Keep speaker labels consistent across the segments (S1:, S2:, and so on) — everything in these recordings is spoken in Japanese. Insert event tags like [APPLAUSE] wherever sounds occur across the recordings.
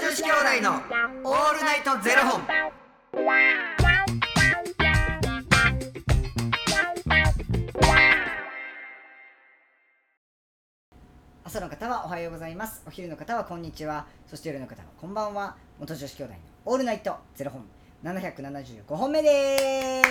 S1: 子兄弟のオールナイトゼロ本。
S2: 朝の方はおはようございますお昼の方はこんにちはそして夜の方はこんばんは元女子兄弟のオールナイトゼロ本775本目で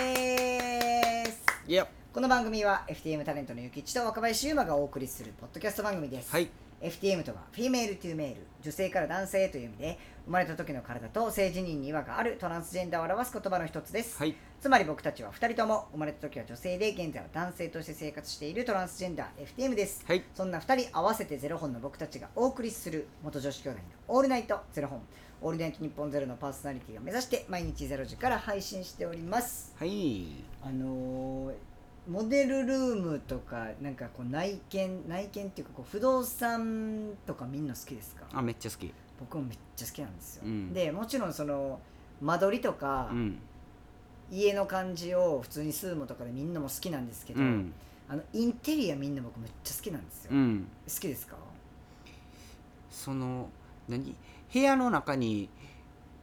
S2: す
S1: いや、
S2: この番組は FTM タレントのゆきちと若林優馬がお送りするポッドキャスト番組です、
S1: はい、
S2: FTM とはフィメールトゥーメール女性から男性へという意味で生まれた時の体と性自認に違和があるトランスジェンダーを表す言葉の一つです、
S1: はい、
S2: つまり僕たちは2人とも生まれた時は女性で現在は男性として生活しているトランスジェンダー FTM です、
S1: はい、
S2: そんな2人合わせてゼロ本の僕たちがお送りする元女子兄弟のオールナイトゼロ本オールナイト日本ゼロのパーソナリティを目指して毎日ゼロ時から配信しております
S1: はい、
S2: あのーモデルルームとかなんかこう内見内見っていうかこう不動産とか見るの好きですか
S1: あ、めっちゃ好き。
S2: 僕もめっちゃ好きなんですよ、
S1: うん
S2: でもちろんその間取りとか、
S1: うん、
S2: 家の感じを普通にスーモとかで見るのも好きなんですけど、
S1: うん、
S2: あのインテリア見るの僕めっちゃ好きなんですよ、
S1: う
S2: 好
S1: ん、
S2: きですか
S1: その、何、部屋の中に。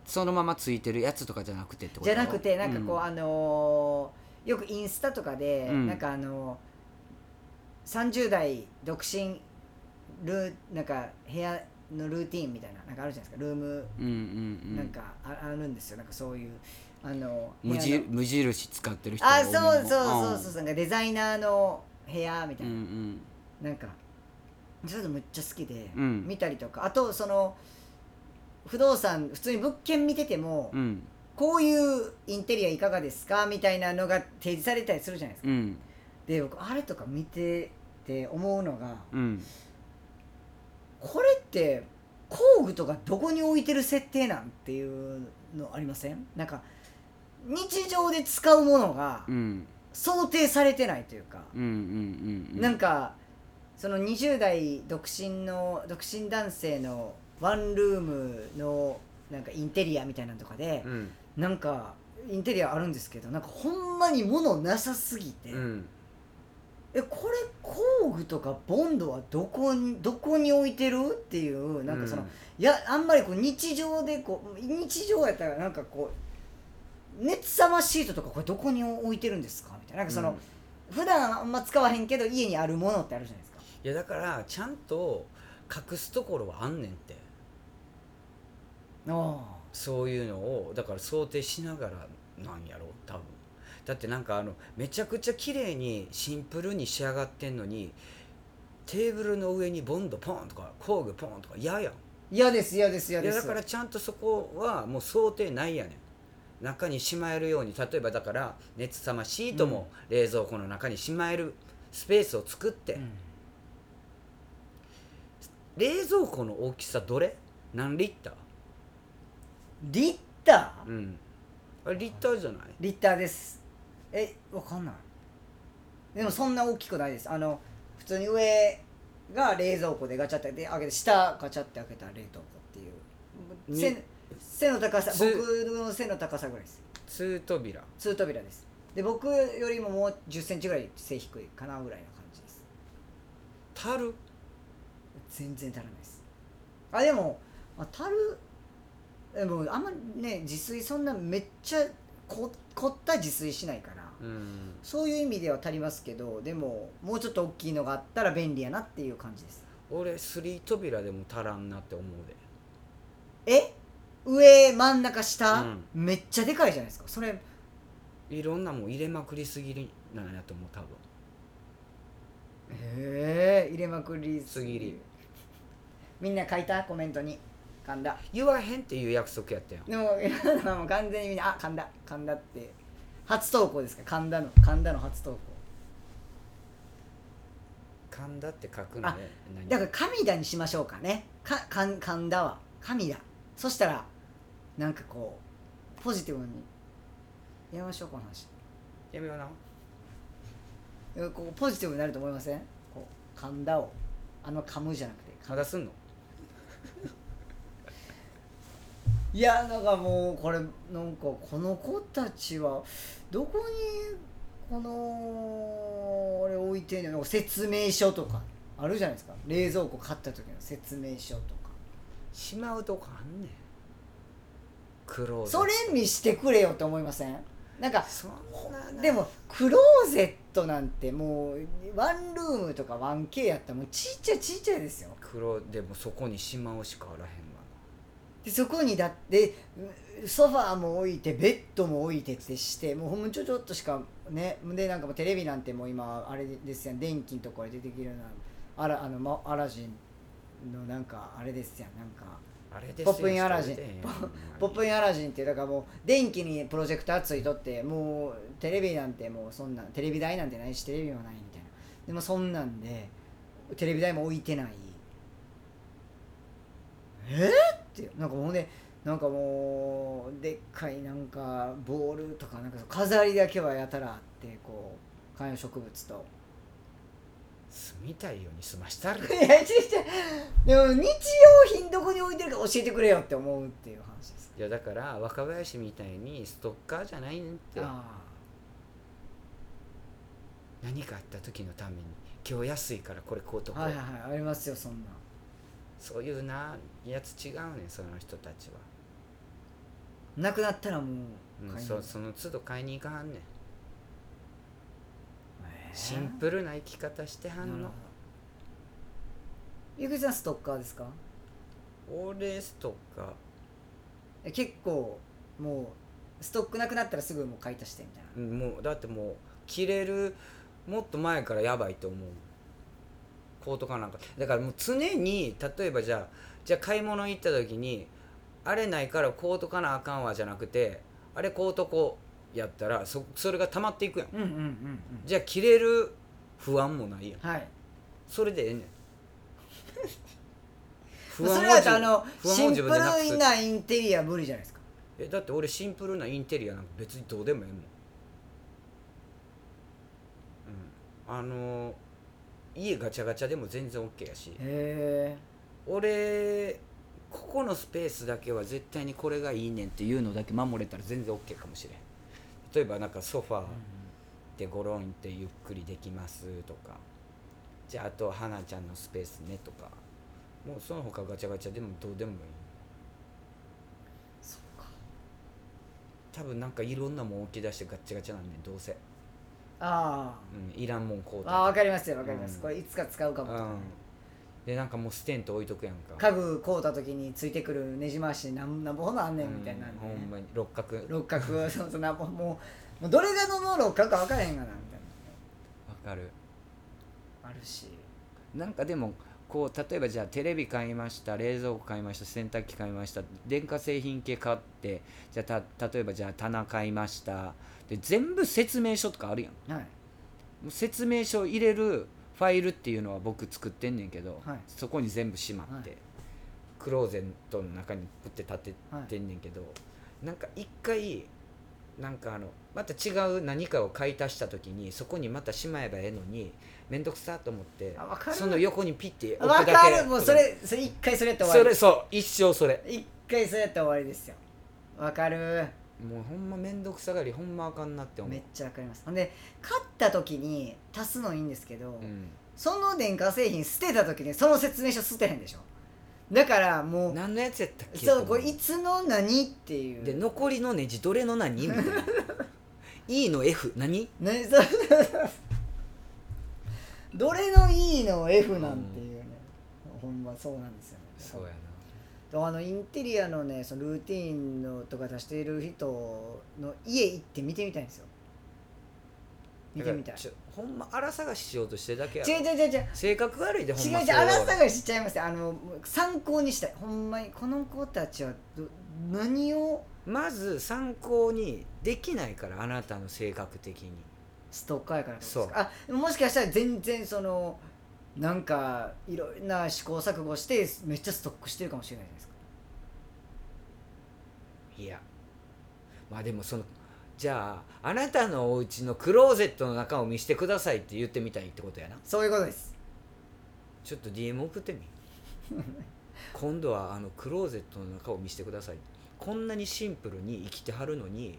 S1: そのままついてるやつとかじゃなくてってこと
S2: じゃなくてなんかこう、
S1: うん
S2: あのーよくインスタとかで、
S1: うん
S2: なんかあのー、30代独身ルーなんか部屋のルーティンみたいななんかあるじゃないですかルーム
S1: うんうんうん、
S2: なんかあ,、あるんですよなんかそういうあのー
S1: 無
S2: 部屋
S1: 印
S2: の
S1: 無印使ってる人
S2: あ
S1: 多い
S2: そ
S1: うもん
S2: そうそうそうそうなんかデザイナーの部屋みた
S1: う
S2: い
S1: ん
S2: な、
S1: うん
S2: なんかそういうのむっちゃ好きで、
S1: うん
S2: 見たりとかあとその不動産普通に物件見てても、
S1: うん
S2: こういうインテリアいかがですかみたいなのが提示されたりするじゃないですか、
S1: うん
S2: で僕あれとか見てて思うのが
S1: うん
S2: これって工具とかどこに置いてる設定なんていうのありませんなんか日常で使うものが
S1: うんうん
S2: 想定されてないというか、
S1: うんうんうん
S2: なんかその20代独身の独身男性のワンルームのなんかインテリアみたいなのとかで、
S1: うん
S2: なんかインテリアあるんですけどなんかほんまに物なさすぎて、
S1: うん
S2: えこれ工具とかボンドはどこにどこに置いてるっていうなんかその、いやあんまりこう日常でこう日常やったらなんかこう熱さまシートとかこれどこに置いてるんですかみたいななんかその、
S1: うん
S2: 普段あんま使わへんけど家にあるものってあるじゃないですか
S3: いやだからちゃんと隠すところはあんねんって
S2: あ
S3: そういうのをだから想定しながらなんやろう多分だってなんかあのめちゃくちゃ綺麗にシンプルに仕上がってんのにテーブルの上にボンドポンとか工具ポンとか嫌やん
S2: 嫌です嫌です嫌
S3: い
S2: で
S3: や
S2: す
S3: だからちゃんとそこはもう想定ないやねん中にしまえるように例えばだから熱さまシートも冷蔵庫の中にしまえるスペースを作って、
S2: うん
S3: 冷蔵庫の大きさどれ何リッター
S2: リッター
S3: うんあれリッターじゃない
S2: リッターですえわかんないでもそんな大きくないですあの普通に上が冷蔵庫でガチャってで開けて下ガチャって開けたら冷凍庫っていう
S3: に
S2: 背背の高さ
S3: つ
S2: 僕の背の高さぐらいです
S3: 2扉
S2: 2扉ですで僕よりももう1 0ンチぐらい背低いかなぐらいな感じです
S3: 足る
S2: 全然足らないですあでもあ足るでもあんまね自炊そんなめっちゃこ凝った自炊しないから
S3: うん
S2: そういう意味では足りますけどでももうちょっと大きいのがあったら便利やなっていう感じです
S3: 俺3扉でも足らんなって思うで
S2: え上真ん中下、
S3: うん
S2: めっちゃでかいじゃないですかそれ
S3: いろんなもん入れまくりすぎるなんやと思う多分
S2: へえ入れまくり
S3: すぎり
S2: みんな書いたコメントに神田
S3: 言わへんっていう約束やったやん
S2: でもいやもう完全にみんな「あ神田神田」って初投稿ですか神田の神田の初投稿
S3: 神田って書く
S2: あ
S3: のね何
S2: だから神田にしましょうかねかかん神田は神田そしたらなんかこうポジティブにやめましょうこの話
S3: やめような
S2: えこうポジティブになると思いませんこう神田をあの噛むじゃなくて
S3: まだすんの
S2: いやなんかもうこれなんかこの子たちはどこにこのあれ置いてんのなんか説明書とかあるじゃないですか冷蔵庫買った時の説明書とか
S3: しまうとこあんねんクローゼット
S2: それ見してくれよって思いませんなんか
S3: そんなな
S2: でもクローゼットなんてもうワンルームとか 1K やったらもうちっちゃいちっちゃいですよ
S3: 黒でもそこにしまうしかあらへんわ
S2: でそこにだってうソファーも置いてベッドも置いてってしてもうほんのちょちょっとしかねでなんかもうテレビなんてもう今あれですやん電気のところで出てきるようなあらあのまアラジンのなんかあれですやんなんか
S3: なあれです
S2: ポップインアラジン
S3: それでええやん
S2: ポップインアラジンってだからもう電気にプロジェクターついとってもうテレビなんてもうそんなんテレビ台なんてないしテレビもないみたいなでもそんなんでテレビ台も置いてないえー、ってなんかもうねなんかもうでっかいなんかボールとかなんか飾りだけはやたらあってこう観葉植物と
S3: 住みたいように住ましたる
S2: いやちっちゃいでも日用品どこに置いてるか教えてくれよって思うっていう話です
S3: いやだから若林みたいにストッカーじゃないねんって
S2: ああ
S3: 何かあった時のために今日安いからこれこうとこう、
S2: はいはいはいありますよそんなん
S3: そういうなやつ違うねんその人たちは、
S2: なくなったらもう
S3: うん、
S2: 買い
S3: そ
S2: 物
S3: その都度買いに行かはんねん
S2: へえ
S3: シンプルな生き方しては
S2: なるほ
S3: ん
S2: ど
S3: の
S2: ゆくちゃんストッカーですか
S3: 俺ストッカー
S2: え結構もうストックなくなったらすぐもう買い足してみたいな
S3: うんもうだってもう着れるもっと前からやばいと思うコートかなんかだからもう常に例えばじゃあじゃあ買い物行った時にあれないからコートかなあかんわじゃなくてあれコートこうやったらそそれが溜まっていくやん
S2: うんうんうんうん
S3: じゃあ着れる不安もないやん
S2: はい
S3: それでええねん [LAUGHS]
S2: そ
S3: 不
S2: れ
S3: 安を
S2: だと
S3: 自
S2: あの
S3: 不安
S2: シ
S3: を
S2: ン
S3: 自
S2: プ
S3: 分でなくす
S2: ルなインテリア無理じゃないですか
S3: えだって俺シンプルなインテリアなんか別にどうでもええもん、うん、あのー家ガチャガチャでも全然 OK やし
S2: へ
S3: 俺ここのスペースだけは絶対にこれがいいねんっていうのだけ守れたら全然 OK かもしれん例えばなんかソファーでゴロンってゆっくりできますとかじゃああと花ちゃんのスペースねとかもうその他ガチャガチャでもどうでもいい
S2: そ
S3: っか多分なんかいろんなもん置き出してガッチャガチャなんねんどうせ、
S2: あ
S3: うん、いらんもんこう
S2: あああ分
S3: る
S2: かりますよ分かります、
S3: うん
S2: これいつか使うかもとかね、
S3: うんでなんかもうステント置いとくやんか
S2: 家具買うた時についてくるねじ回しなんなんぼほどあんねんみたいな、ね
S3: うんほんまに六角わ
S2: 六角 [LAUGHS] そうそうなもうもうもうどれがどの六角か分からへんがなみたい
S3: かる
S2: なあるし
S3: なんかでもこう例えばじゃあテレビ買いました冷蔵庫買いました洗濯機買いました電化製品系買ってじゃあた例えばじゃあ棚買いましたで全部説明書とかあるやん
S2: はい
S3: もう説明書入れるファイルっていうのは僕作ってんねんけど、
S2: はい
S3: そこに全部しまって、
S2: は
S3: クローゼットの中にプって立ててんねんけど、なんか一回なんかあのまた違う何かを買い足した時にそこにまたしまえばええのに面倒くさと思って
S2: あわかる
S3: その横にピッて置
S2: わ
S3: くだ
S2: か
S3: け
S2: るもうそれそれ一回それやったら
S3: そ
S2: 終わ
S3: れそう一生それ
S2: り一回それやったら終わりですよわかる
S3: もうほんま面倒くさがりほんまあかんなって思う
S2: めっちゃわかりますほんで買った時に足すのいいんですけど、
S3: う
S2: その電化製品捨てた時にその説明書捨てへんでしょだからも
S3: ん、
S2: う
S3: 何のやつやったっけ
S2: そう
S3: と
S2: こ
S3: 思
S2: れいつの何っていう
S3: で残りのネジどれの何みたいな E の F 何
S2: ね、そうそうそうどれの E の F なんていうね、ほんまそうなんですよね
S3: な
S2: あのインテリアのねそのルーティンのとか出している人の家行って見てみたいんですよ見てみたい
S3: ちょほんま荒探ししようとしてるだけやろ
S2: 違う違う違う違う
S3: 性格悪いでほん
S2: 違う
S3: ま
S2: 違うあなた
S3: が
S2: がしちゃいますよあの参考にしたいほんまにこの子たちはど何を
S3: まず参考にできないからあなたの性格的に
S2: ストッカーやからってこと
S3: そう
S2: ですかあでももしかしたら全然そのなんかいろんな試行錯誤してめっちゃストックしてるかもしれないじゃないですか
S3: いやまあでもそのじゃああなたのお家のクローゼットの中を見せてくださいって言ってみたいってことやな
S2: そういうことです
S3: ちょっと DM 送 [LAUGHS] ってみ今度はあのクローゼットの中を見せてくださいこんなにシンプルに生きてはるのに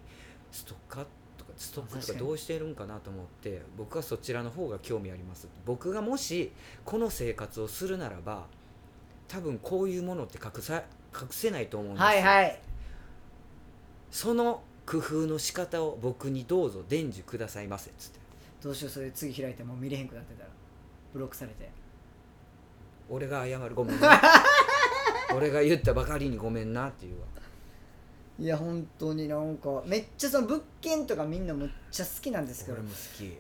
S3: ストッカーとかストックと
S2: 確
S3: か
S2: かに
S3: どうしてるんかなと思って僕はそちらの方が興味あります僕がもしこの生活をするならば多分こういうものって隠さ隠せないと思うんですよ
S2: はいはい
S3: その工夫の仕方を僕にどうぞ伝授くださいませっつって
S2: どうしようそれ次開いてもう見れへんくなってたらブロックされて
S3: 俺が謝るごめん [LAUGHS] な俺が言ったばかりにごめんなっていうわ
S2: いや本当になんかめっちゃその物件とかみんなむっちゃ好きなんですけど
S3: 俺も好き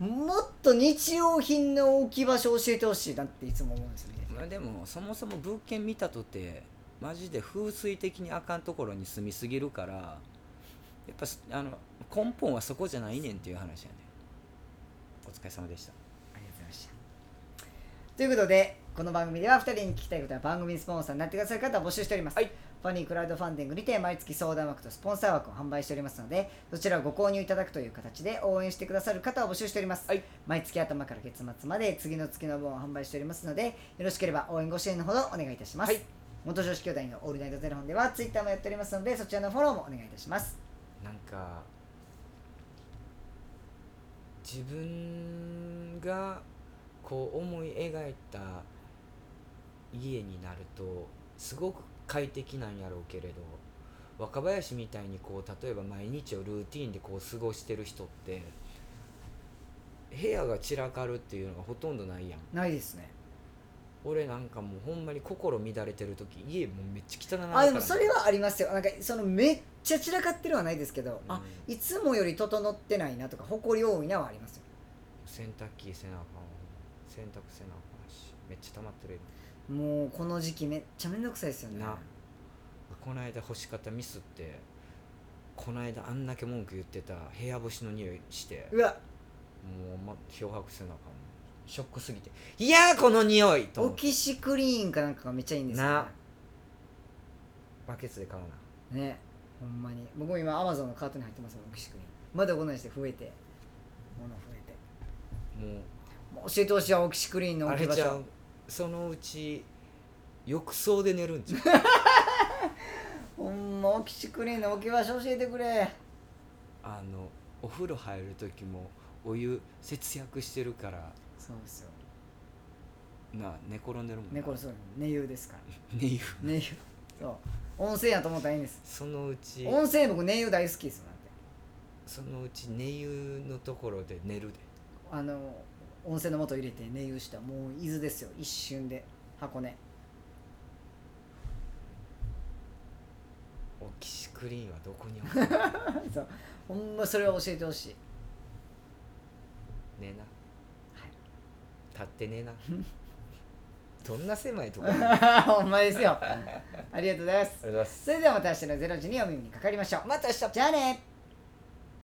S2: もっと日用品の置き場所教えてほしいなっていつも思うんですよね
S3: まあ、でもそもそも物件見たとてマジで風水的にあかんところに住みすぎるからやっぱすあの根本はそこじゃないねんっていう話やねお疲れ様でした
S2: ありがとうございましたということでこの番組では2人に聞きたいことは番組スポンサーになってくださる方を募集しております、
S3: はい
S2: ファニークラウドファンディングにて毎月相談枠とスポンサー枠を販売しておりますのでそちらをご購入いただくという形で応援してくださる方を募集しております、
S3: はい
S2: 毎月頭から月末まで次の月の分を販売しておりますのでよろしければ応援ご支援のほどお願いいたします、
S3: はい
S2: 元女子兄弟のオールナイトゼロ本ではツイッターもやっておりますのでそちらのフォローもお願いいたします
S3: なんか自分がこう思い描いた家になるとすごく快適なんやろうけれど若林みたいにこう例えば毎日をルーティンでこう過ごしてる人って部屋が散らかるっていうのがほとんどないやん
S2: ないですね
S3: 俺なんかもうほんまに心乱れてる時家もうめっちゃ汚なるから
S2: あでもそれはありますよなんかそのめっちゃ散らかってるはないですけど、
S3: うん
S2: あいつもより整ってないなとか埃多いなはありますよ
S3: 洗濯機せなあかんわ洗濯せなあかんしめっちゃ溜まってる今
S2: もうこの時期めっちゃめんどくさいですよね
S3: なこないだ干し方ミスってこないだあんだけ文句言ってた部屋干しの匂いして
S2: うわ
S3: もう、ま、漂白せなあかんショックすぎて「いやーこの匂い!」と
S2: オ
S3: 思って
S2: キシクリーンかなんかがめっちゃいいんですよね
S3: なバケツで買うな
S2: ねほんまに僕も今アマゾンのカートに入ってますもんオキシクリーンまだこんないして増えて物増えて
S3: も
S2: もう教えてほしいわオキシクリーン
S3: う
S2: の
S3: あ
S2: 置き
S3: れ
S2: 場
S3: じゃ
S2: 所
S3: んそのうち浴槽で寝るんじゃん [LAUGHS]
S2: ほんまオキシクリーンの置き場所教えてくれ
S3: あのお風呂入る時もお湯節約してるから
S2: そうですよ
S3: な寝転んでるもんな
S2: 猫そう寝湯ですから
S3: [LAUGHS] 寝湯
S2: 寝湯そう温泉やと思ったらいいんです
S3: そのうち
S2: 温泉僕寝湯大好きですもんだって
S3: そのうち寝湯のところで寝るで
S2: あの温泉の素入れて寝湯したらもう伊豆ですよ一瞬で箱根
S3: オキシクリーンはどこに置くの
S2: そうほんまそれは教えてほしい [LAUGHS]
S3: 寝な、
S2: い
S3: 立って寝などんな狭いと
S2: [LAUGHS]
S3: ころ
S2: ほんまですよありがとうございます
S3: りがとうございます
S2: それではまた明日の『ゼロ時にお耳にかかりましょう
S3: また明日
S2: じゃあね